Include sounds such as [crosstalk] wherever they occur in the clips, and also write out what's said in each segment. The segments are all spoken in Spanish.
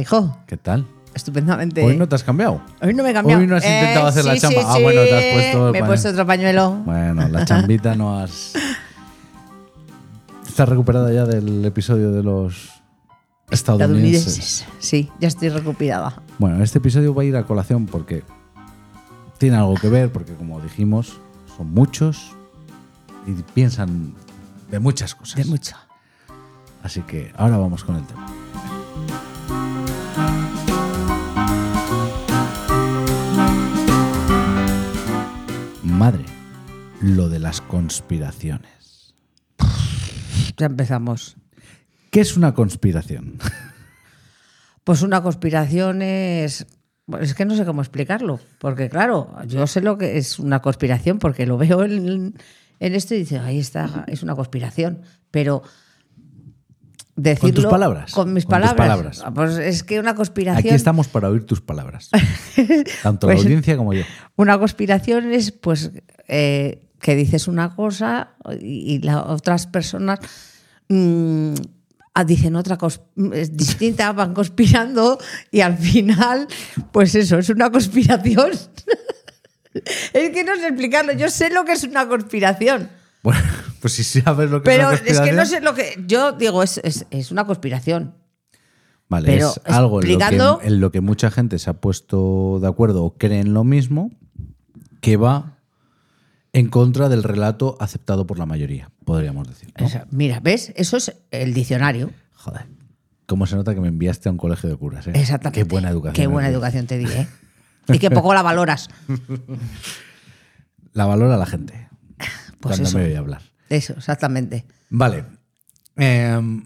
hijo. ¿Qué tal? Estupendamente. Hoy no te has cambiado. Hoy no me he cambiado. Eh, Hoy no has intentado hacer la sí, chamba. sí, Ah, bueno, te has sí. puesto el Me he pañuelo. puesto otro pañuelo. Bueno, la chambita no [laughs] has. Estás recuperada ya del episodio de los estadounidenses. Estadounidenses. Sí, ya estoy recuperada. Bueno, este episodio va a ir a colación porque tiene algo que ver, porque como dijimos, son muchos y piensan de muchas cosas. De mucho. Así que ahora vamos con el tema. Madre, lo de las conspiraciones. Ya empezamos. ¿Qué es una conspiración? Pues una conspiración es. bueno, Es que no sé cómo explicarlo, porque claro, yo sé lo que es una conspiración, porque lo veo en, en esto y dice, ahí está, es una conspiración. Pero decirlo. palabras, Con mis con tus palabras. palabras. Ah, Pues es que una Aquí conspiración. estamos para oír tus [laughs] palabras, tanto Pues- la audiencia como yo. Una conspiración es, pues, eh, que dices una cosa y, y las otras personas mm, ah, dicen otra cosa distinta, van conspirando y al final, pues eso, es una conspiración. [laughs] es que no sé explicarlo, yo sé lo que es una conspiración. Bueno, [laughs] pues si sabes lo que Pero es una es que conspiración. no sé lo que. Yo digo, es, es- es una conspiración. Vale, Pero es algo en lo, explicando- que, en lo que mucha gente se ha puesto de acuerdo o cree en lo mismo que va en contra del relato aceptado por la mayoría, podríamos decir. ¿no? O sea, mira, ¿ves? Eso es el diccionario. Joder. ¿Cómo se nota que me enviaste a un colegio de curas? eh? Exactamente. Qué buena educación. Qué buena eh. educación te di, ¿eh? Y que poco la valoras. La valora la gente. [laughs] Pues cuando eso. me voy a hablar. Eso, exactamente. Vale. Em,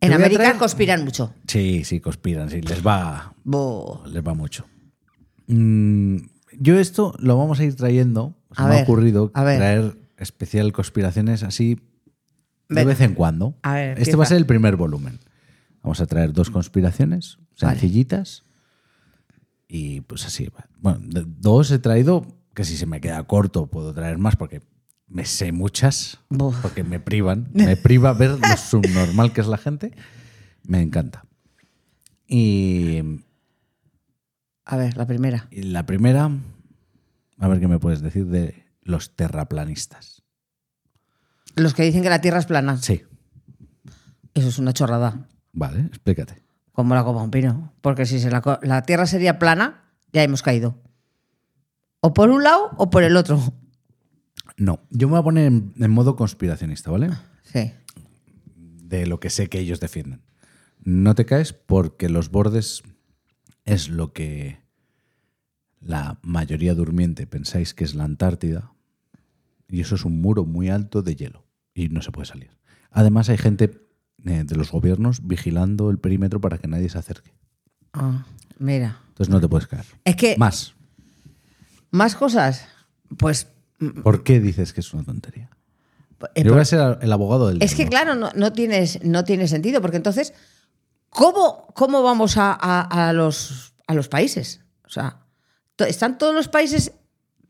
te voy En a América traer- conspiran mucho. Sí, sí, conspiran, sí, les va, Bo. les va mucho. Mm, yo esto lo vamos a ir trayendo. Se A me ver, ha ocurrido a ver. traer especial conspiraciones así de Venga. vez en cuando. A ver, este va a empieza. ser el primer volumen. Vamos a traer dos conspiraciones Vale. sencillitas. Y pues así. va. Bueno, de- dos he traído que si se me queda corto puedo traer más porque me sé muchas. Buh. Porque me privan. Me priva ver [laughs] lo subnormal que es la gente. Me encanta. Y A ver, la primera. y La primera, a ver qué me puedes decir de los terraplanistas. Los que dicen que la Tierra es plana. Sí. Eso es una chorrada. Vale, explícate. Como la copa un pino. Porque si se la, co- la Tierra sería plana, ya hemos caído. O por un lado o por el otro. No, yo me voy a poner en, en modo conspiracionista, ¿vale? Sí. De lo que sé que ellos defienden. No te caes porque los bordes es lo que la mayoría durmiente pensáis que es la Antártida. Y eso es un muro muy alto de hielo y no se puede salir. Además hay gente eh, de los gobiernos vigilando el perímetro para que nadie se acerque. Ah, mira. Entonces no te puedes caer. Es que Más. más, cosas. Pues. mm, ¿Por qué dices que es una tontería? eh, Yo voy a ser el abogado del Es que, diablo. claro, no, no, tienes, no tiene sentido, porque entonces, ¿cómo, cómo vamos a, a- a los, a los países? O sea, to- ¿están todos los países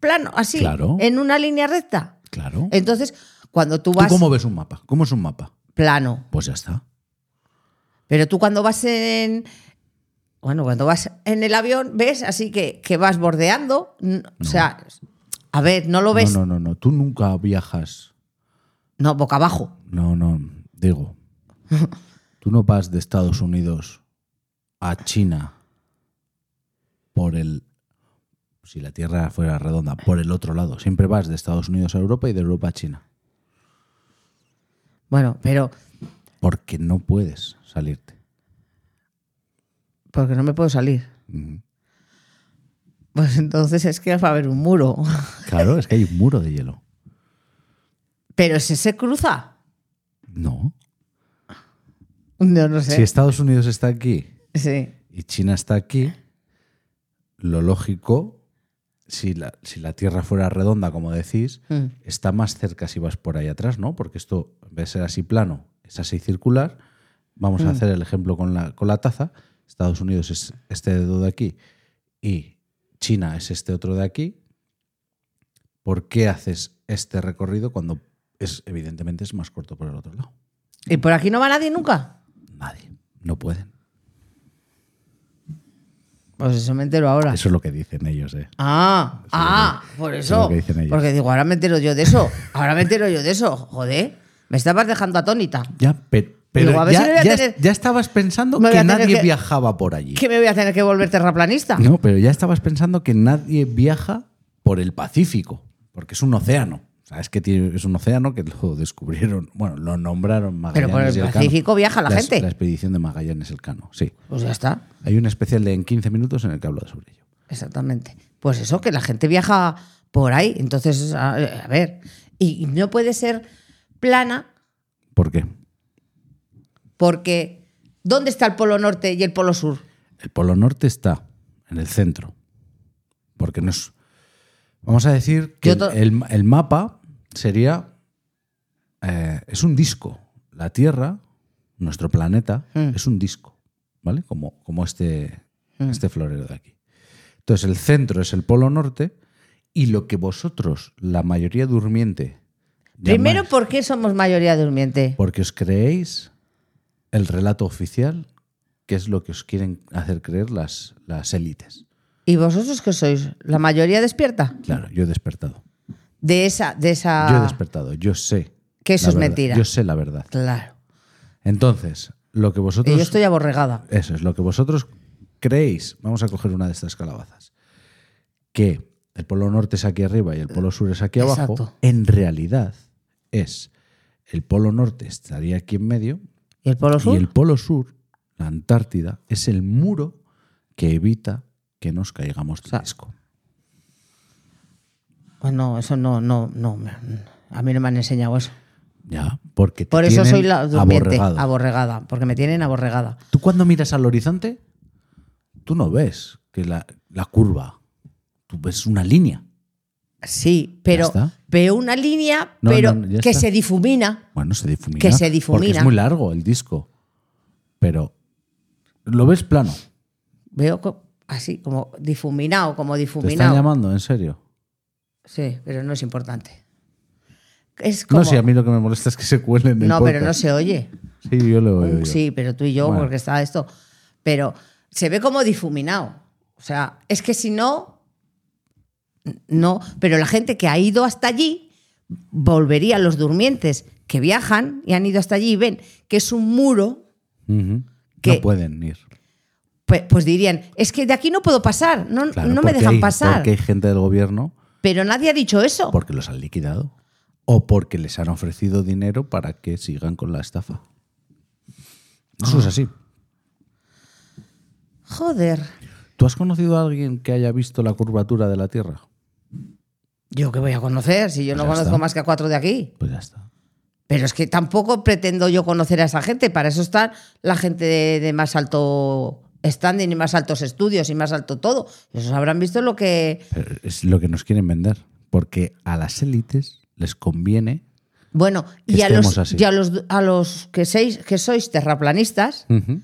plano, así, Claro. en una línea recta? Claro. Entonces, cuando tú ¿Tú vas cómo ves un mapa? ¿Cómo es un mapa? plano, Pues ya está. pero tú cuando vas en... Bueno, cuando vas en el avión, ves así que, que vas bordeando. n- O sea, a ver, no lo ves. No, No, no, no, no. Tú nunca viajas. boca abajo. No, no. [laughs] Digo. Tú no vas de Estados Unidos a China por el. Si la Tierra fuera redonda, por el otro lado. Siempre vas de Estados Unidos a Europa y de Europa a China. Bueno, pero... Porque no puedes salirte. Porque no me puedo salir. Ujú. Pues entonces es que va a haber un muro. [laughs] Claro, es que hay un muro de hielo. Pero si se cruza. No. No, no Si sé. Sí. Estados Unidos está aquí y China está aquí, lo lógico, si la, si la Tierra fuera redonda, como decís, Mm. está más cerca si vas por ahí atrás, ¿no? Porque esto, en vez de ser así plano, es así circular. Vamos a hacer el ejemplo con la, con la taza. Estados Unidos es este dedo de aquí y China es este otro de aquí. ¿Por qué haces este recorrido cuando es, evidentemente es más corto por el otro lado? ¿Y por aquí no va nadie nunca? Nadie. No pueden. Pues eso me entero ahora. Eso es lo que dicen ellos, ¿eh? Ah, ah, por eso es lo eso. que dicen ellos. Porque digo, ahora me entero yo de eso. Ahora me entero yo de eso. Joder, me estabas dejando atónita. Ya, pe- pero, Digo, a ver ya, si me voy a ya- tener- ya estabas pensando me voy que a tener nadie que- viajaba por allí. ¿Qué me voy a tener que volver terraplanista? No, pero ya estabas pensando que nadie viaja por el Pacífico, porque es un océano. Sabes que tiene- es un océano que lo [laughs] descubrieron, bueno, lo nombraron Magallanes. por el y Elcano. Pacífico viaja la gente. La expedición de Magallanes Elcano, sí. Pues ya está, Hay un especial de en 15 minutos en el que hablo sobre ello. exactamente. Pues eso, que la gente viaja por ahí. Entonces, a, a ver, y y no puede ser plana ¿Por qué? porque ¿dónde está el Polo Norte y el Polo Sur? El Polo Norte está en el centro. Porque no es. Vamos a decir que Yo to- el, el mapa sería. eh, es un disco. La Tierra, nuestro planeta, Mm. es un disco. ¿Vale? Como, como este, este florero de aquí. Entonces, el centro es el Polo Norte y lo que vosotros, la mayoría durmiente. Primero, llamáis- ¿por qué somos mayoría durmiente? porque os creéis el relato oficial, que es lo que os quieren hacer creer las, las élites. ¿Y vosotros qué sois? ¿La mayoría despierta? Claro, yo he despertado. De esa, de esa. Yo he despertado, yo sé. Ah. Que eso la es verdad, mentira. Yo sé la verdad. Claro. Entonces, lo que Y vosotros. yo estoy aborregada. Eso es lo que vosotros creéis. Vamos a coger una de estas calabazas. Que el polo norte es aquí arriba y el polo sur es aquí abajo. Exacto. En realidad es el polo norte estaría aquí en medio ¿Y el Polo Sur? Y el Polo Sur, la Antártida, es el muro que evita que nos caigamos del disco. Pues no, eso no, no, no. me- A mí no me han enseñado eso. Ya, porque te Por eso tienen soy la durmiente, aborregado. aborregada. porque me tienen aborregada. Tú cuando miras al horizonte, tú no ves que la, la curva, tú ves una línea. Sí, pero está. veo una línea, No, pero no, no, ya que está. se difumina. Bueno, se difumina. Que se Porque difumina. es muy largo el disco. Pero lo ves plano. Veo co- así, como difuminado, como Te están difuminado. llamando, en serio. Sí, pero no es importante. Es como. No sé, a mí lo que me molesta es que se cuelen. del No, pero no podcast. se oye. Sí, yo lo oigo. yo. Sí, pero tú y yo, Bueno. porque está esto. Pero se ve como difuminado. O sea, es que si no, no. Pero la gente que ha ido hasta allí, volvería, los durmientes que viajan y han ido hasta allí y ven que es un muro, Ujú. que- No pueden ir. pues, pues dirían, es que de aquí no puedo pasar, no, Claro, no me porque dejan hay- pasar. Oh. Porque hay gente del gobierno, Pero nadie ha dicho eso. porque los han liquidado o porque les han ofrecido dinero para que sigan con la estafa. Eso es así. Joder. ¿Tú has conocido a alguien que haya visto la curvatura de la Tierra? Yo que voy a conocer, si yo Pues no ya conozco está. más que a cuatro de aquí. Pues ya está. Pero es que tampoco pretendo yo conocer a esa gente. Para eso está la gente de, de más alto standing y más altos estudios y más alto todo. Esos habrán visto lo que. Pero es lo que nos quieren vender, porque a las élites les conviene. Bueno, Que y a los, estemos así. y a los, a los que, seis, que sois terraplanistas, Ujú.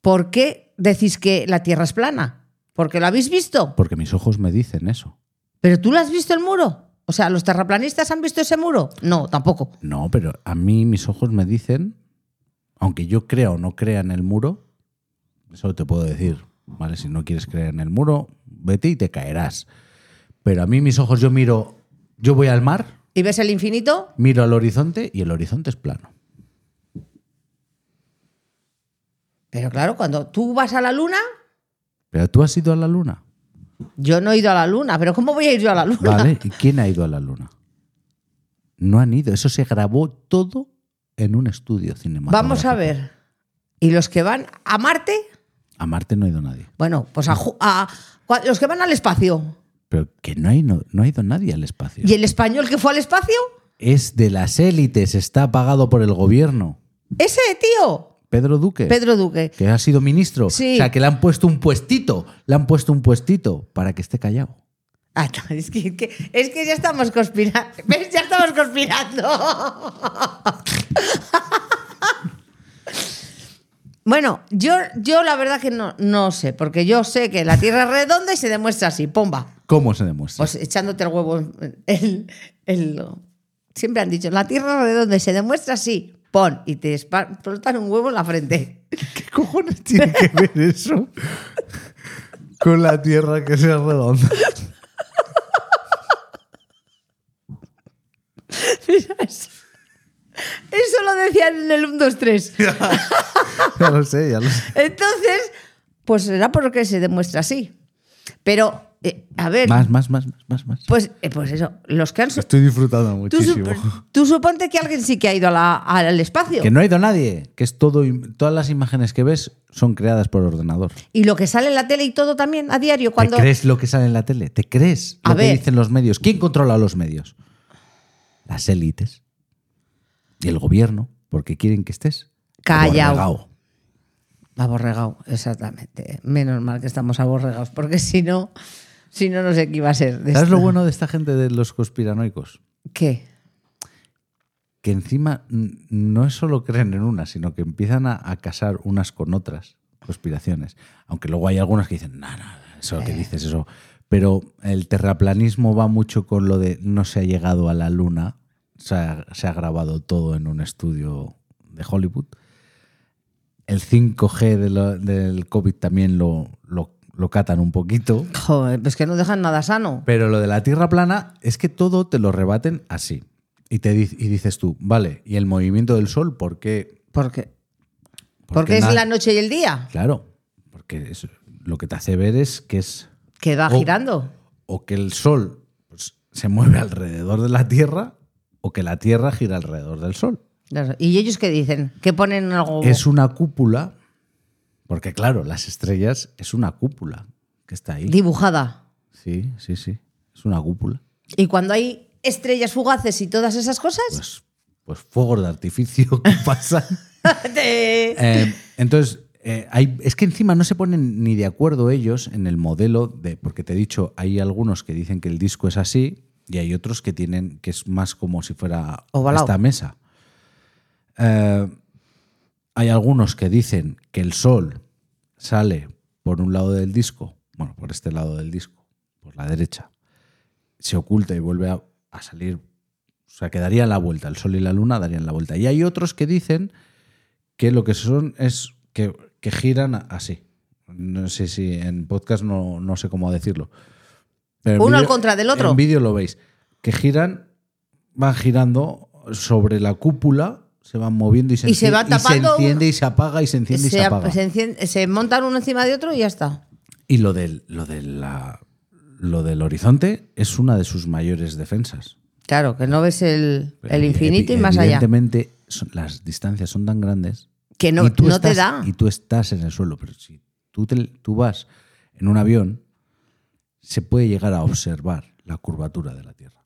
¿por qué decís que la Tierra es plana? Porque lo habéis visto. Porque mis ojos me dicen eso. Pero tú lo has visto el muro. O sea, ¿los terraplanistas han visto ese muro? No, tampoco. No, pero a mí mis ojos me dicen, aunque yo crea o no crea en el muro, eso te puedo decir, ¿vale? Si no quieres creer en el muro, vete y te caerás. Pero a mí mis ojos yo miro, yo voy al mar, ¿Y ves el infinito? miro al horizonte y el horizonte es plano. Pero claro, cuando tú vas a la luna, Pero tú has ido a la luna, yo no he ido a la luna. ¿Pero cómo voy a ir yo a la luna? ¿vale? ¿Y quién ha ido a la luna? No han ido, eso se grabó todo en un estudio cinematográfico. Vamos a ver. ¿Y los que van a Marte? A Marte no ha ido nadie. Bueno, pues a, Ju- a- cua- los que van al espacio. Pero que no, hay, no, no ha ido nadie al espacio. ¿Y el español que fue al espacio? es de las élites, está pagado por el gobierno. Ese tío, Pedro Duque, Pedro Duque. que ha sido ministro. Sí. O sea, que le han puesto un puestito, le han puesto un puestito para que esté callado. Ah, no, es, que, que- es que ya estamos conspirando. ¿Ves? Ya estamos conspirando. [laughs] bueno, yo, yo la verdad que no, no sé, porque yo sé que la Tierra es redonda y se demuestra así, pomba. ¿Cómo se demuestra? Pues echándote el huevo. en- en- en lo- siempre han dicho, la tierra redonda y se demuestra así, pon y te explotan un huevo en la [laughs] frente. [laughs] ¿Qué cojones tiene que ver eso con la tierra que sea redonda? [laughs] Mira eso. Eso lo decían en el 1, 2, 3. Ya lo sé, ya lo sé. Entonces, pues será porque se demuestra así. Pero, eh, a ver, Más, más, más, más, más, más. pues, eh, pues eso, los que han... su- Estoy disfrutando Tú, sup- muchísimo. tú suponte que alguien sí que ha ido a la- al espacio. Que no ha ido nadie, que es todo, im- todas las imágenes que ves son creadas por ordenador. Y lo que sale en la tele y todo también a diario. Cuando... ¿Te crees lo que sale en la tele? ¿Te crees lo A que ver. dicen los medios? ¿Quién controla los medios? Las élites. Y el gobierno, porque quieren que estés. Callao. aborregao. Aborregado, exactamente. Menos mal que estamos aborregados, porque si no, si no, no sé qué iba a ser. de ¿Sabes lo esto. bueno de esta gente de los conspiranoicos? ¿Qué? Que encima mm, no es solo creen en una, sino que empiezan a, a casar unas con otras conspiraciones. Aunque luego hay algunas que dicen, no, no, eso que dices, eso. Pero el terraplanismo va mucho con lo de no se ha llegado a la luna, se ha, se ha grabado todo en un estudio de Hollywood. El 5G de lo- del COVID también lo, lo, lo catan un poquito. Joder, pues que no dejan nada sano. Pero lo de la tierra plana es que todo te lo rebaten así. Y, te, di- y dices tú, vale, ¿y el movimiento del sol por qué? Porque, porque es na- la noche y el día Claro, porque es- lo que te hace ver es que es que va Oh. girando. o que el sol pues, se mueve alrededor de la tierra o que la tierra gira alrededor del sol. Claro. ¿Y ellos qué dicen? ¿Qué ponen algo? Es una cúpula, porque claro, las estrellas es una cúpula que está ahí. Dibujada. Sí, sí, sí, es una cúpula. Y cuando hay estrellas fugaces y todas esas cosas, Pues, pues fuegos de artificio que [laughs] pasan. [laughs] te- Eh, entonces, eh, hay- es que encima no se ponen ni de acuerdo ellos en el modelo de, porque te he dicho, hay algunos que dicen que el disco es así y hay otros que tienen que es más como si fuera Ovalado. esta mesa. Eh, hay algunos que dicen que el sol sale por un lado del disco, bueno, por este lado del disco, por la derecha, se oculta y vuelve a, a salir, o sea, que daría la vuelta, el sol y la luna darían la vuelta. Y hay otros que dicen que lo que son es que, que giran así. No sé si en podcast no, no sé cómo decirlo. Pero en Uno al vídeo- contra del otro. En vídeo lo veis. Que giran, van girando sobre la cúpula, se van moviendo y se, Y se encien- va y tapando se enciende y se apaga y se enciende y se se, apaga. se encien- se montan uno encima de otro y ya está. Y lo del, lo, de la- lo del horizonte es una de sus mayores defensas. Claro, que no ves el, el Evi- infinito y más allá. Evidentemente, son- las distancias son tan grandes Que no, y tú no te estás- da. Y tú estás en el suelo, pero si tú, te- tú vas en un avión, se puede llegar a observar la curvatura de la Tierra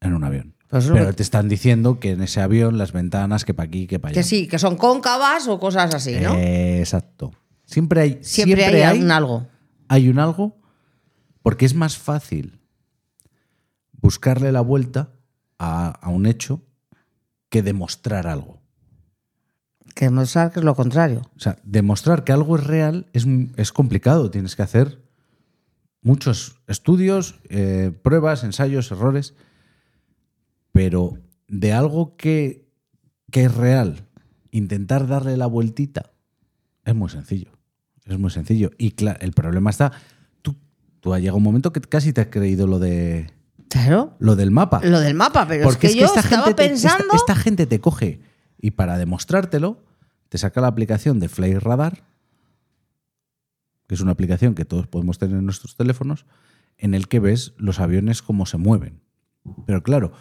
en un avión. Pues es lo pero que- te están diciendo que en ese avión las ventanas, que para aquí, que para allá. Que sí, que son cóncavas o cosas así, ¿no? Eh, exacto. Siempre hay, siempre, hay, algún algo. hay un algo porque es más fácil buscarle la vuelta a, a un hecho que demostrar algo. Que demostrar que es lo contrario. O sea, demostrar que algo es real es, m- es complicado. Tienes que hacer muchos estudios, eh, pruebas, ensayos, errores. Pero de algo que, que es real, intentar darle la vueltita es muy sencillo. Es muy sencillo. Y claro, el problema está. Tú, tú has llegado un momento que casi te has creído lo, de, Claro. lo del mapa. Lo del mapa, pero Porque es que yo estaba gente te- esta- pensando. esta, gente te coge y para demostrártelo, te saca la aplicación de Fly Radar, que es una aplicación que todos podemos tener en nuestros teléfonos, en el que ves los aviones cómo se mueven. Pero claro,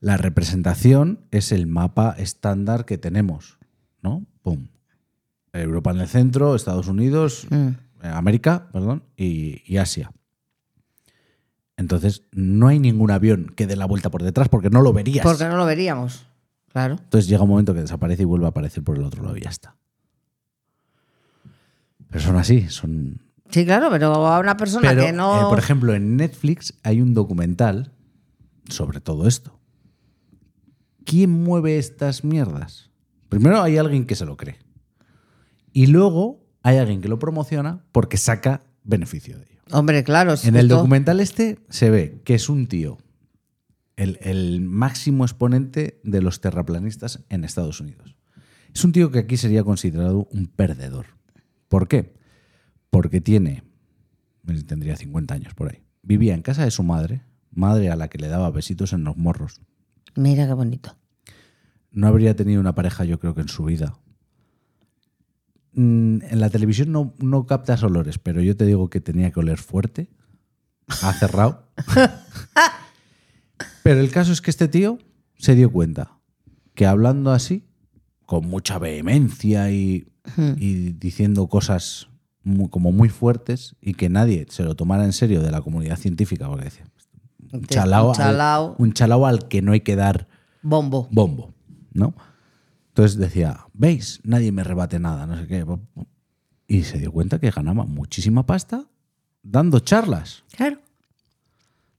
la representación es el mapa estándar que tenemos, ¿no? Pum. Europa en el centro, Estados Unidos, Mm. eh, América, perdón, y, y Asia. Entonces, no hay ningún avión que dé la vuelta por detrás porque no lo verías. Porque no lo veríamos. Claro. Entonces llega un momento que desaparece y vuelve a aparecer por el otro lado y ya está. Pero son así, son... Sí, claro, pero a una persona Pero, que no. eh, por ejemplo, en Netflix hay un documental sobre todo esto. ¿Quién mueve estas mierdas? Primero hay alguien que se lo cree. Y luego hay alguien que lo promociona porque saca beneficio de ello. Hombre, claro. si En el esto- documental este se ve que es un tío, el, el máximo exponente de los terraplanistas en Estados Unidos. Es un tío que aquí sería considerado un perdedor. ¿Por qué? Porque tiene, él tendría 50 años por ahí, vivía en casa de su madre, madre a la que le daba besitos en los morros. Mira qué bonito. No habría tenido una pareja yo creo que en su vida. Mm, En la televisión no, no captas olores, pero yo te digo que tenía que oler fuerte, ha cerrado. [laughs] pero el caso es que este tío se dio cuenta que hablando así, con mucha vehemencia y, y diciendo cosas mu- como muy fuertes y que nadie se lo tomara en serio de la comunidad científica, porque decía, un Te- chalao, un al- chalao. un chalao al que no hay que dar Bombo. bombo, ¿no? Entonces decía, ¿veis? Nadie me rebate nada, no sé qué. Y se dio cuenta que ganaba muchísima pasta dando charlas Claro.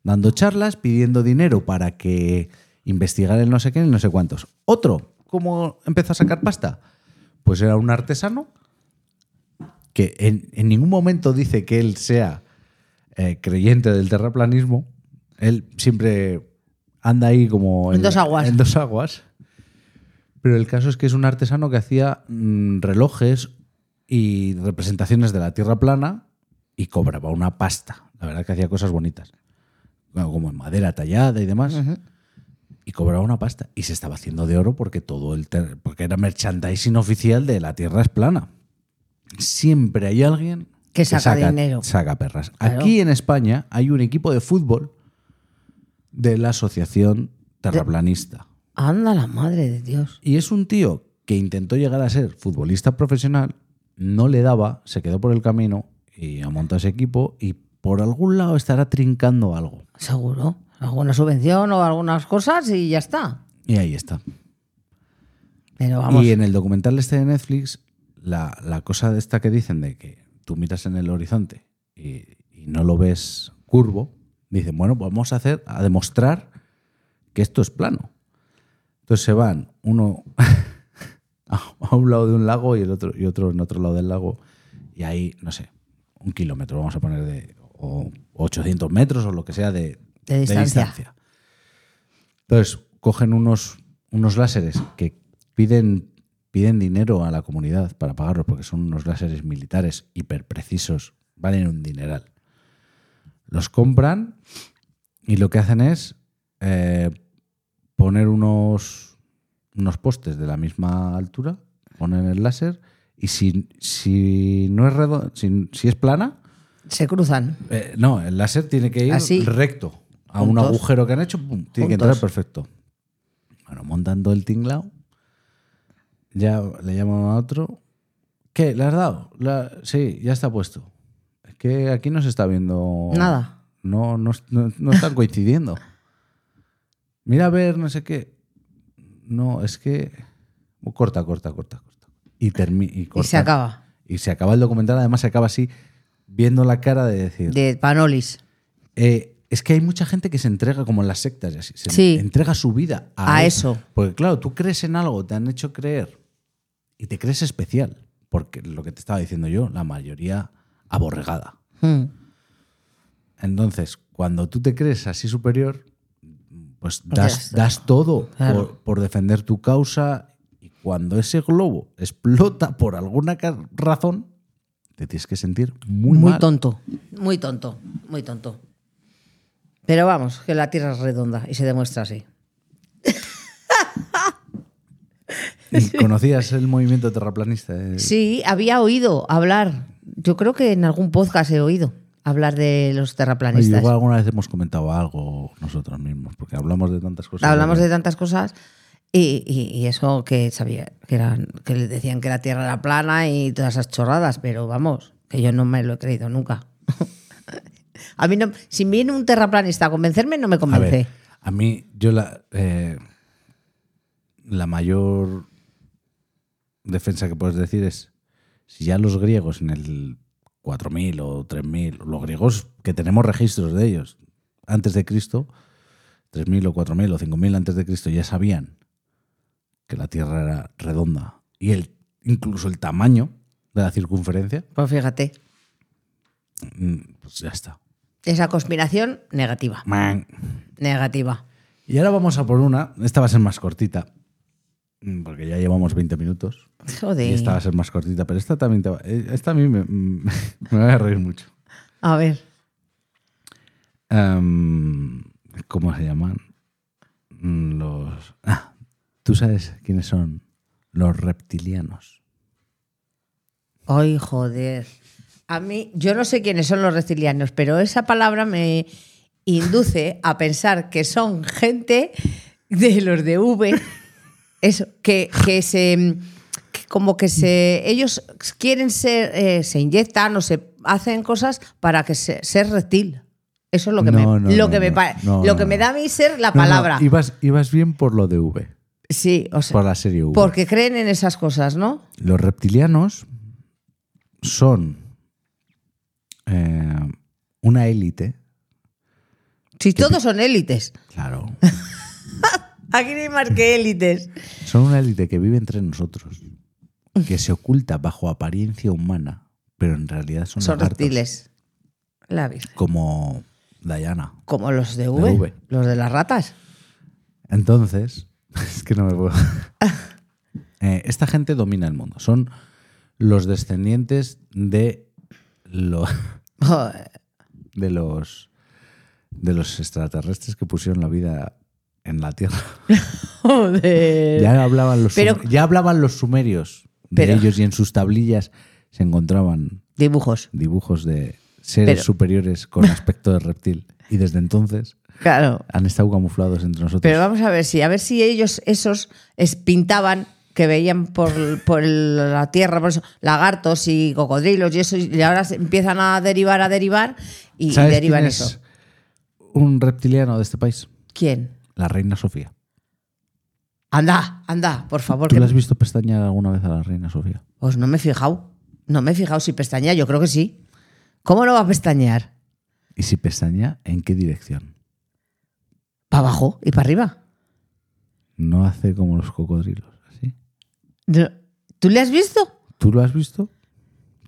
dando charlas, pidiendo dinero para que investigar el no sé qué, el no sé cuántos. Otro, ¿cómo empezó a sacar pasta? Pues era un artesano que en, en ningún momento dice que él sea eh, creyente del terraplanismo. Él siempre anda ahí como... En dos aguas. En dos aguas. Pero el caso es que es un artesano que hacía mm, relojes y representaciones de la Tierra plana y cobraba una pasta. La verdad que hacía cosas bonitas bueno, como en madera tallada y demás, y cobraba una pasta. Y se estaba haciendo de oro porque todo el ter- porque era merchandising oficial de la Tierra es plana. Siempre hay alguien Que saca dinero. Saca perras. Claro. Aquí en España hay un equipo de fútbol de la Asociación Terraplanista. Anda la madre de Dios. Y es un tío que intentó llegar a ser futbolista profesional, no le daba, se quedó por el camino y ha montado ese equipo y por algún lado estará trincando algo. Seguro. Alguna subvención o algunas cosas y ya está. Y ahí está. Pero vamos. Y en el documental este de Netflix, la, la cosa de esta que dicen de que tú miras en el horizonte y, y no lo ves curvo, dicen, bueno, vamos a hacer, a demostrar que esto es plano. Entonces se van uno [laughs] a a un lado de un lago y el otro, y otro en otro lado del lago, y ahí, no sé, un kilómetro, vamos a poner de o 800 metros o lo que sea de, De distancia. Entonces, cogen unos, unos láseres que piden, piden dinero a la comunidad para pagarlos, porque son unos láseres militares hiperprecisos, valen un dineral. Los compran y lo que hacen es eh, poner unos, unos postes de la misma altura, ponen el láser y si, si no es redondo, si, si es plana, Se cruzan. eh, no, el láser tiene que ir Así. recto a un Juntos. agujero que han hecho, pum, tiene que Juntos. entrar perfecto. Bueno, montando el tinglao, ya le llaman a otro. ¿Qué? ¿Le has dado? La- Sí, ya está puesto. Es que aquí no se está viendo. Nada. No, no, no, no [laughs] están coincidiendo. Mira a ver, no sé qué. No, es que. oh, Corta, corta, corta, corta. Y, termi- y, Y se cortan. acaba. Y se acaba el documental, además se acaba así, viendo la cara de decir. De Panolis. Eh, es que hay mucha gente que se entrega, como en las sectas, y así, se Sí. entrega su vida a, A eso. Porque claro, tú crees en algo, te han hecho creer y te crees especial, porque lo que te estaba diciendo yo, la mayoría aborregada. Mm. Entonces, cuando tú te crees así superior, pues das, está. das todo Claro. por, por defender tu causa y cuando ese globo explota por alguna ca- razón, te tienes que sentir muy, Muy, mal. tonto. Muy tonto. Muy tonto. Pero vamos, que la tierra es redonda y se demuestra así. [laughs] Y conocías el movimiento terraplanista. eh? Sí, había oído hablar. Yo creo que en algún podcast he oído hablar de los Oye, terraplanistas. igual alguna vez hemos comentado algo nosotros mismos, porque hablamos de tantas cosas. Hablamos de tantas cosas y, y- y eso que sabía, que, eran, que le decían que la Tierra era plana y todas esas chorradas, pero vamos, que yo no me lo he creído nunca. [laughs] A mí no, si viene un terraplanista a convencerme, no me A convence. ver, a mí, yo la, eh, la mayor defensa que puedes decir es, si ya los griegos en el 4000 o 3000, los griegos que tenemos registros de ellos antes de Cristo, 3000 o 4000 o 5000 antes de Cristo ya sabían que la Tierra era redonda y el, incluso el tamaño de la circunferencia, Pues fíjate, mm, pues ya está. esa conspiración negativa, Man. negativa. Y ahora vamos a por una. Esta va a ser más cortita. Mm, Porque ya llevamos 20 minutos. Joder. Y esta va a ser más cortita, pero esta también te va- eh, Esta a mí me, [laughs] me va a reír mucho. A ver. Em, ¿Cómo se llaman? Mm, Los. Ah, ¿Tú sabes quiénes son? Los reptilianos. Ay, joder. A mí, yo no sé quiénes son los reptilianos, pero esa palabra me induce a pensar que son gente de los [laughs] de V, eso, que, que se, que como que se, ellos quieren ser, eh, se inyectan o se hacen cosas para que se, ser reptil. Eso es lo que No, me, no, lo no, que me, no, pa- no, lo no, que me no. da a mí ser la No, no, palabra. ibas, ibas bien por lo de V, sí, o sea, por la serie V. porque creen en esas cosas, ¿no? Los reptilianos son eh, una élite. Si todos son élites. Claro. Aquí no hay más que élites. Son una élite que vive entre nosotros, que se oculta bajo apariencia humana, pero en realidad son, Son lagartos, reptiles. La Virgen. Como Diana. Como los de V, V. V. los de las ratas. Entonces, [laughs] es que no me puedo. Eh, esta gente domina el mundo. Son los descendientes de, lo- [laughs] de los de los extraterrestres que pusieron la vida en la Tierra. [laughs] Joder. Ya hablaban los, Eh, Pero- sumer- ya hablaban los sumerios de Pero- ellos y en sus tablillas se encontraban Dibujos. dibujos de seres Pero- superiores [laughs] con aspecto de reptil. Y desde entonces Claro. han estado camuflados entre nosotros. Pero vamos a ver si, a ver si ellos esos es- pintaban que veían por, por el- la tierra, por eso, lagartos y cocodrilos y eso, y ahora se empiezan a derivar, a derivar y, y ¿Sabes derivan quién eso. es un reptiliano de este país? ¿Quién? La reina Sofía. Anda, anda, por favor. ¿Tú que- la has visto pestañear alguna vez a la reina Sofía? Pues no me he fijado. No me he fijado si pestañea, yo creo que sí. ¿Cómo no va a pestañear? Y si pestañea, ¿en qué dirección? ¿Para abajo y para arriba? No hace como los cocodrilos, ¿sí? No. ¿Tú le has visto? ¿Tú lo has visto?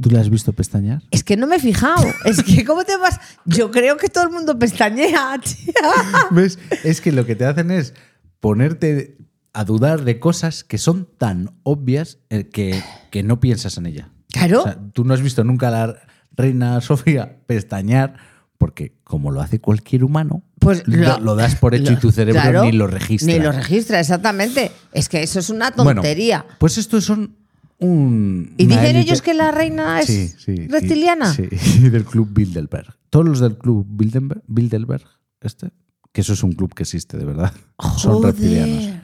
¿Tú la has visto pestañear? Es que no me [laughs] he fijado. Es que, ¿cómo te vas? Yo creo que todo el mundo pestañea, [laughs] tía. [laughs] ¿Ves? Es que lo que te hacen es ponerte a dudar de cosas que son tan obvias eh, que, que no piensas en ella. Claro. O sea, tú no has visto nunca a la reina Sofía pestañear porque como lo hace cualquier humano, Pues lo, lo- lo das por hecho y lo- tu cerebro claro, ni lo registra. Ni lo registra, exactamente. Es que eso es una Bueno, tontería. pues estos son un... ¿Y una dicen élite- ellos que la reina Ah, es Sí, sí, y- reptiliana? Sí, [laughs] y del club Bilderberg. Todos los del club Bildenberg- Bilderberg, este, que eso es un club que existe de verdad. Son Joder. reptilianos.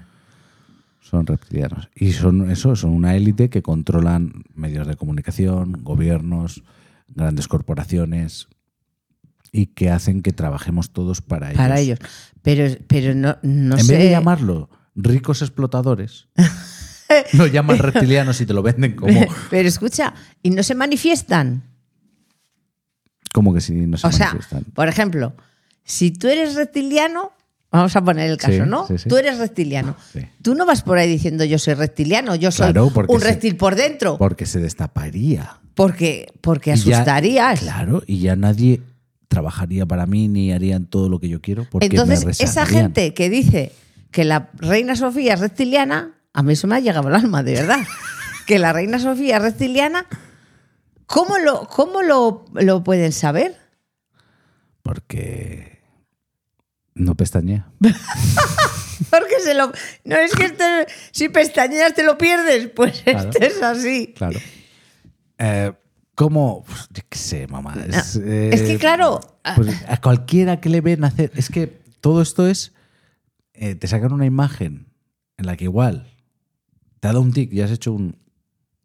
Son reptilianos. Y son eso, son una élite que controlan medios de comunicación, gobiernos, grandes corporaciones y que hacen que trabajemos todos para ellos. Para ellos. Pero, pero no, no en sé. vez de [laughs] llamarlo ricos explotadores, lo llaman reptilianos y te lo venden como, [laughs] Pero escucha, y no se manifiestan. como que si no se O sea, manifiestan. por ejemplo, si tú eres reptiliano, vamos a poner el caso, Sí, ¿no? sí, sí. Tú eres reptiliano. Sí. Tú no vas por ahí diciendo yo soy reptiliano, yo soy Claro, porque un sí. reptil por dentro, Porque se destaparía. porque, porque Y ya- asustarías. Claro, y ya nadie trabajaría para mí ni harían todo lo que yo quiero porque me Entonces, esa rechazarían. gente que dice que la reina Sofía es reptiliana, a mí eso me ha llegado al alma, [laughs] de verdad. que la reina Sofía es reptiliana, ¿cómo lo, cómo lo, lo pueden saber? [laughs] Porque no [laughs] pestañea. Porque se lo. No es que este- si pestañeas te lo pierdes, pues Claro. este es así. Claro. Eh, ¿Cómo? Pues, yo qué sé, mamá. Es, eh, Ah, Es que, claro, ah. pues, a cualquiera que le ven hacer. Es que todo esto es. eh, te sacan una imagen en la que igual te ha dado un tic y has hecho un.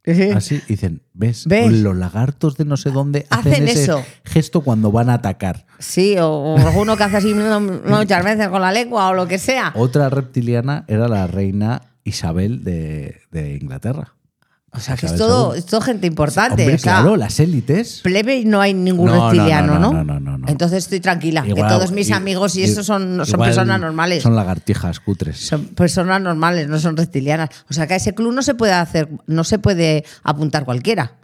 ah, Así y dicen, ¿ves? ¿Ves? Los lagartos de no sé dónde hacen, Hacen ese eso. gesto cuando van a atacar. Sí, o, o alguno que hace así no, no, muchas veces con la lengua o lo que sea. Otra reptiliana era la reina Isabel de, de Inglaterra. O sea, que Isabel es todo, II. es todo gente importante. Hombre, o sea, claro, las élites. plebe no hay ningún No, no, reptiliano, no, ¿no? no, no, no, no. Entonces estoy tranquila, Igual- que todos mis i- amigos y i- eso son, son igual personas normales. Son lagartijas cutres. Son personas normales, no son reptilianas. O sea que a ese club no se puede hacer, no se puede apuntar cualquiera.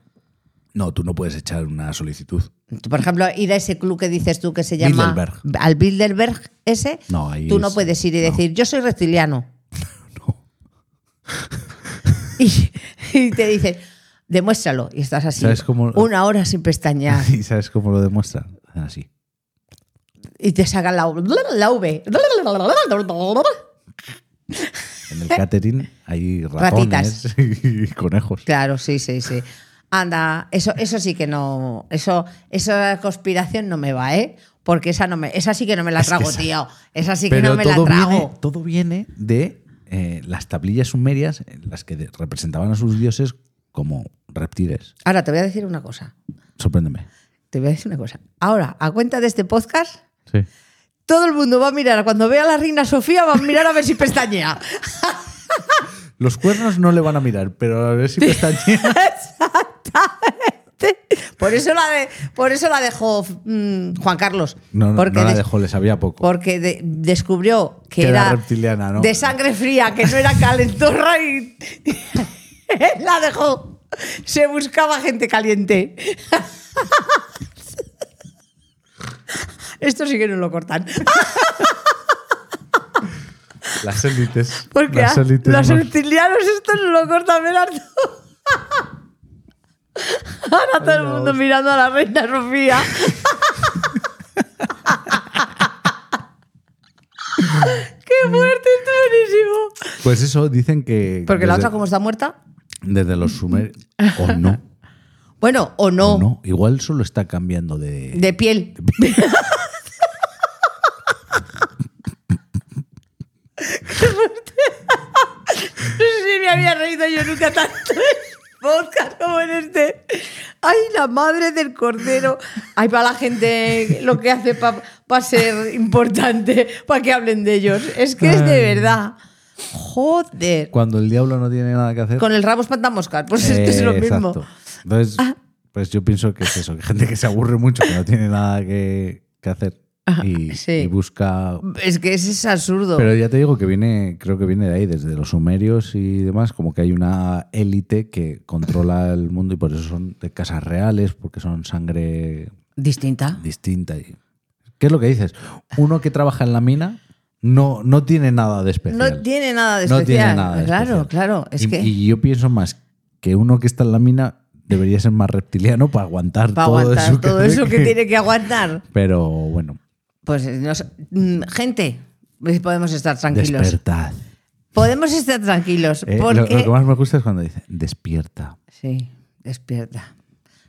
No, tú no puedes echar una solicitud. Tú, Por ejemplo, ir a ese club que dices tú que se llama Bilderberg. al Bilderberg ese, No, ahí [laughs] tú no es- [laughs] puedes ir y decir yo soy reptiliano. y, [laughs] y te dicen, demuéstralo. Y estás así ¿Sabes cómo- una hora sin [laughs] pestañear. ¿Y sabes cómo lo demuestran? Hacen Así. Y te sacan la, la V. [laughs] En [laughs] el catering hay ratones [laughs] y conejos. Claro, sí, sí, sí. Anda, eso, eso sí que no. Eso, esa conspiración no me va, ¿eh? Porque esa no me, esa sí que no me la Es que trago, esa- tío. Esa sí que no me la todo trago. Viene, todo viene de eh, las tablillas sumerias en las que de- representaban a sus dioses como reptiles. Ahora te voy a decir una cosa. Sorpréndeme. Te voy a decir una cosa. Ahora, a cuenta de este podcast, Sí. todo el mundo va a mirar. Cuando vea a la reina Sofía, va a mirar a ver si pestañea. Los cuernos no le van a mirar, pero a ver si [laughs] pestañea. Por eso la, de, por eso la dejó mm, Juan Carlos. No, no, porque no la des- dejó, le sabía poco. Porque de- descubrió que, Que era era reptiliana, ¿no? de sangre fría, que no era calentorra y [laughs] la dejó. Se buscaba gente caliente. [laughs] Esto sí que no lo cortan. Las élites. Porque las a- élites los más- reptilianos esto no lo cortan, Bernardo. [laughs] Ahora todo el la mundo mirando a la reina [laughs] Sofía. ¡Qué fuerte! ¡Esto es buenísimo! Pues eso, dicen que. Porque la desde- otra, como está muerta, Desde los [laughs] sumerios. O no. bueno, o no, O no. Igual solo está cambiando de. de piel. No sé si me había reído yo nunca tanto en podcast como en este. Ay, la madre del cordero. Ay, para la gente lo que hace para ser importante, para que hablen de ellos. Es que es de verdad. Joder. Cuando el diablo no tiene nada que hacer. Con el rabo espantamoscas, pues esto es lo Eh, mismo. Ah. exacto. Entonces, pues yo pienso que es eso, que gente que se aburre mucho, que no tiene nada que, que hacer y, sí. y busca... Es que ese es absurdo. Pero ya te digo que viene, creo que viene de ahí, desde los sumerios y demás, como que hay una élite que controla el mundo y por eso son de casas reales, porque son sangre Distinta. distinta. y- ¿Qué es lo que dices? Uno que trabaja en la mina no, no tiene nada de especial. No tiene nada de No especial. tiene nada de claro, especial. claro. Es y, que y yo pienso más que uno que está en la mina debería ser más reptiliano para aguantar para todo aguantar eso. todo eso que tiene que aguantar. Pero bueno, Pues eh, no sé. Mm, gente, pues podemos estar tranquilos. despertad. Podemos estar tranquilos. Eh, lo- porque... lo, que más me gusta es cuando dice despierta, Sí, despierta.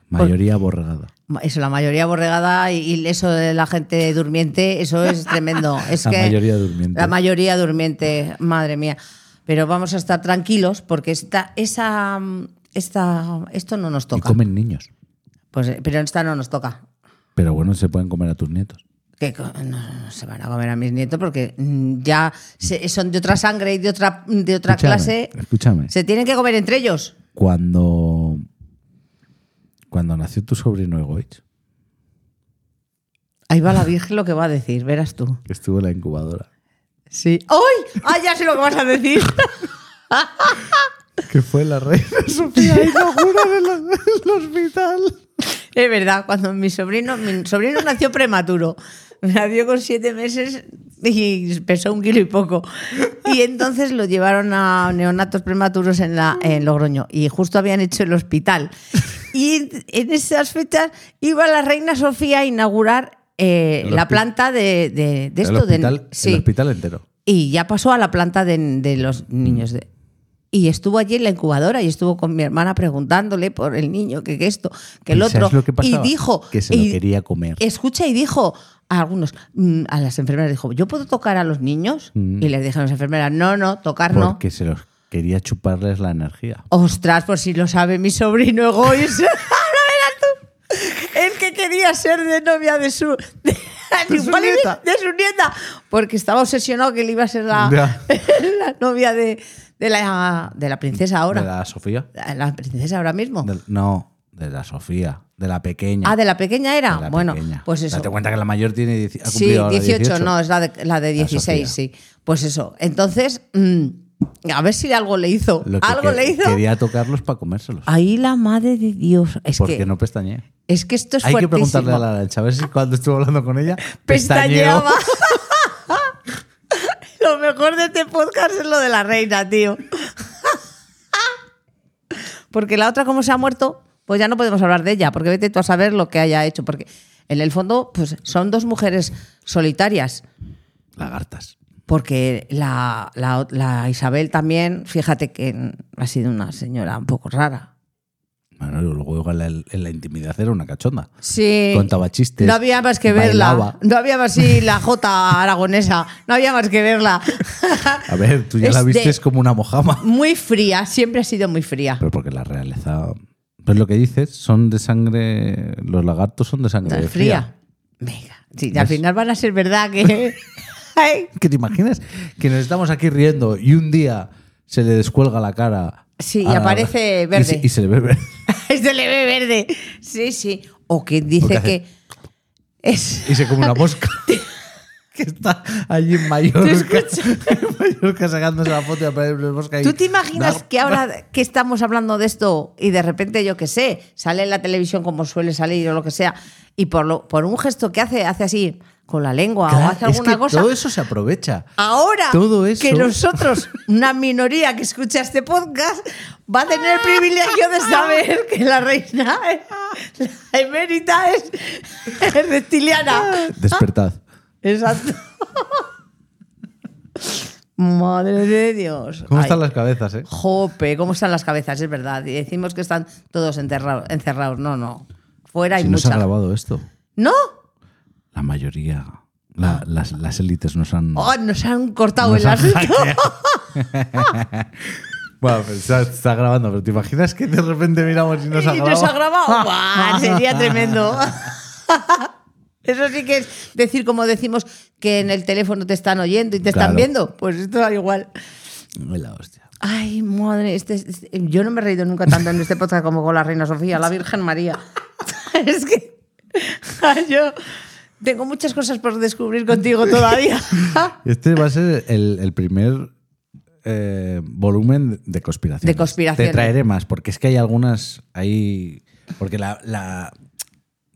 mayoría borrada. Ma- Eso, la mayoría borregada y y eso de la gente durmiente, eso es [laughs] tremendo. Es La que mayoría durmiente. La mayoría durmiente, madre mía. Pero vamos a estar tranquilos porque esta, esa, mm, esta, esto no nos Y toca. comen niños. Pues, eh, pero esta no nos toca. Pero bueno, se pueden comer a tus nietos. que co- no, no se van a comer a mis nietos porque mm, ya se- son de otra sangre y de otra, de otra Escúchame, clase. Escúchame. Se tienen que comer entre ellos. Cuando, cuando nació tu sobrino Egoich, Ahí va la Virgen lo que va a decir, verás tú. que estuvo en la incubadora, Sí. ¡Ay! ¡Ah, ya sé lo que vas a decir! que fue la [laughs] reina Sofía a inaugurar el, el hospital. es verdad, cuando mi sobrino, mi sobrino nació prematuro. Nació con siete meses y pesó un kilo y poco. Y entonces lo llevaron a neonatos prematuros en, la, en Logroño. Y justo habían hecho el hospital. Y en- en esas fechas iba la reina Sofía a inaugurar eh, El la hospi- planta de, de- de el esto. de- hospital, sí. el hospital entero. Y ya pasó a la planta de, de los niños. de- y estuvo allí en la incubadora y estuvo con mi hermana preguntándole por el niño, que, que esto, que el ¿Y otro. sabes lo que y pasaba? dijo. que se y- lo quería comer. Escucha, y dijo a algunos, mm, a las enfermeras, dijo, ¿yo puedo tocar a los niños? Mm. Y les dijeron las enfermeras, no, no, tocar no. Porque se los quería chuparles la energía. Ostras, por si lo sabe mi sobrino Egois. [laughs] Ahora verás tú. El que quería ser de novia de su. De, De su igual y- nieta. de su nieta. Porque estaba obsesionado que él iba a ser la, Ya. [laughs] la novia de, de, la, de la princesa ahora. ¿De la Sofía? La, princesa ahora mismo. Del- no, de la Sofía, de la pequeña. ah, de la pequeña era. de la bueno, pequeña. pues eso. Date cuenta que la mayor tiene dieci- ha Sí, cumplido ahora 18, no, es la de, la de La 16, sí. Sofía. Pues eso. Entonces, mm, a ver si algo le hizo. Lo que Algo que- le hizo. Quería tocarlos para comérselos. Ahí la madre de Dios. Es porque que, no pestañeé. es que esto es Hay que fuertísimo. preguntarle a la Arancha, a ver si cuando estuvo hablando con [laughs] ella pestañeó. pestañeaba. lo mejor de este podcast es lo de la reina, tío. [laughs] Porque la otra, como se ha muerto, pues ya no podemos hablar de ella, porque vete tú a saber lo que haya hecho. Porque en el fondo, pues son dos mujeres solitarias. Lagartas. Porque la, la- la Isabel también, fíjate que ha sido una señora un poco rara. Bueno, luego igual en la, en la intimidad era una cachonda. Sí. Contaba chistes. No había más que bailaba. verla. No había más sí, la J aragonesa. No había más que verla. [laughs] A ver, tú ya la Es viste de- como una mojama. [laughs] Muy fría, siempre ha sido muy fría. Pero porque la realeza. Pues lo que dices, son de sangre. Los lagartos son de sangre fría. Tan fría. Venga. Sí, al final van a ser [laughs] verdad que. [laughs] Ay, ¿Que te imaginas? Que nos estamos aquí riendo y un día se le descuelga la cara. Sí, y a la- aparece y verde. se- Y se, le ve verde. se le ve verde. Sí, sí. O que dice hace- que. Es. Y se come una [laughs] mosca. que está allí en Mallorca. en Mallorca sacándose la foto y aparece una mosca. y- ¿Tú te imaginas Da- que ahora que estamos hablando de esto y de repente, yo qué sé, sale en la televisión como suele salir o lo que sea, y por, lo, por un gesto que hace, hace así con la lengua Claro, o hace es alguna que cosa, Todo eso se aprovecha. Ahora Todo eso. que nosotros, una minoría que escucha este podcast, va a tener el privilegio de saber que la reina, es- la emérita, es, es reptiliana. Despertad. Exacto. [laughs] Madre de Dios. ¿Cómo están Ay, las cabezas, eh? Jope, ¿cómo están las cabezas? Es verdad. Y decimos que están todos enterrados, encerrados. No, no. Fuera hay Si no se ha mucha. grabado esto. ¿No? La mayoría. la- las, las élites nos han. Oh, nos han cortado nos el han asunto. [laughs] hackeado. Bueno, pues está, está grabando, pero ¿te imaginas que de repente miramos y nos ha y grabado? nos [laughs] ha grabado. Buah, sería tremendo. [laughs] Eso sí que es decir, como decimos, que en el teléfono te están oyendo y te Claro. están viendo. Pues esto da igual. Ay, la hostia. Ay, madre, este, este- yo no me he reído nunca tanto en este podcast como con la Reina Sofía, la Virgen María. [laughs] es que ay, yo tengo muchas cosas por descubrir contigo [laughs] todavía. Este va a ser el, el primer eh, volumen de conspiraciones. De conspiraciones. Te traeré más, porque es que hay algunas ahí. Porque la. la-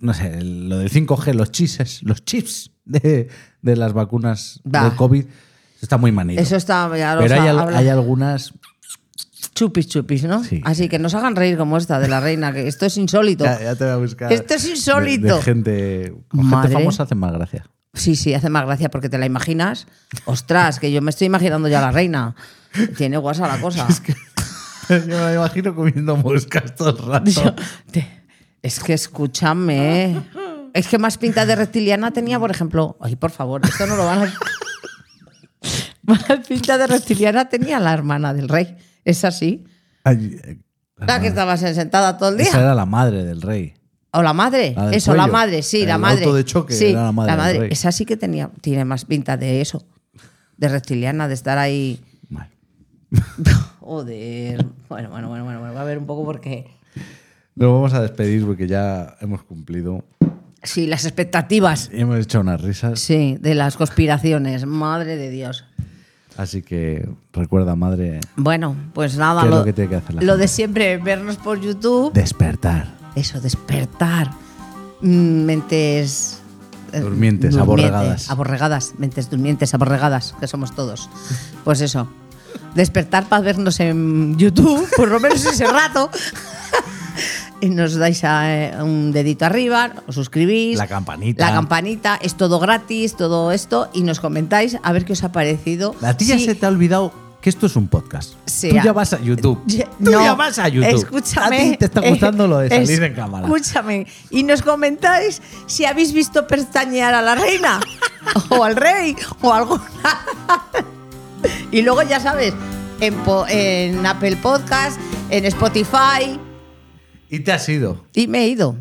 no sé, lo del 5G, los chips, los chips de, de las vacunas Va. del COVID, está muy manido. Eso está, ya lo pero hay, sa- al- habla- hay algunas. chupis chupis, ¿no? Sí. Así que nos hagan reír como esta de la Reina, que esto es insólito. Ya, ya te voy a buscar. Esto es de- de insólito. gente, con Madre. gente famosa hace más gracia. Sí, sí, hace más gracia porque te la imaginas. Ostras, que yo me estoy imaginando ya a la reina. Tiene guasa la [laughs] cosa. [laughs] Yo me imagino comiendo moscas todo el [laughs] rato. Te- Es que escúchame. ¿eh? Es que más pinta de reptiliana tenía, por ejemplo. Ay, por favor, esto no lo van a. [laughs] Más pinta de reptiliana tenía la hermana del rey. Es así. Ay, eh, La que estaba sentada todo el día. Esa era la madre del rey. O la madre, La del eso, la cuello. madre, sí, la El madre. auto de choque Sí, era la madre del rey. Esa sí que tenía, tiene más pinta de eso, de reptiliana, de estar ahí. Vale. Joder. Bueno, bueno, bueno, bueno, bueno, va a ver un poco porque. Nos vamos a despedir porque ya hemos cumplido. Sí, las expectativas. Y hemos hecho unas risas. Sí, de las conspiraciones, madre de Dios. Así que recuerda, madre, Bueno, pues nada, ¿Qué es lo, lo que tiene que hacer la lo gente? de siempre, vernos por YouTube, despertar. eso, despertar mm, mentes... eh, Durmientes, aborregadas. Aborregadas, mentes durmientes, aborregadas, que somos todos. Pues eso, despertar para vernos en YouTube, por lo menos ese rato. [laughs] Y nos dais a, eh, un dedito arriba, os suscribís. La campanita. La campanita, es todo gratis, todo esto. Y nos comentáis a ver qué os ha parecido. A ti ya Sí, se te ha olvidado que esto es un podcast. Sí, Tú a- ya vas a YouTube. Ye- Tú no, ya vas a YouTube. Escúchame. A ti te está gustando lo de eh, salir en cámara. Escúchame. Y nos comentáis si habéis visto pestañear a la reina, o al rey, o alguna. y luego ya sabes, en, po- en Apple Podcast, en Spotify. Y te has ido. Y me he ido.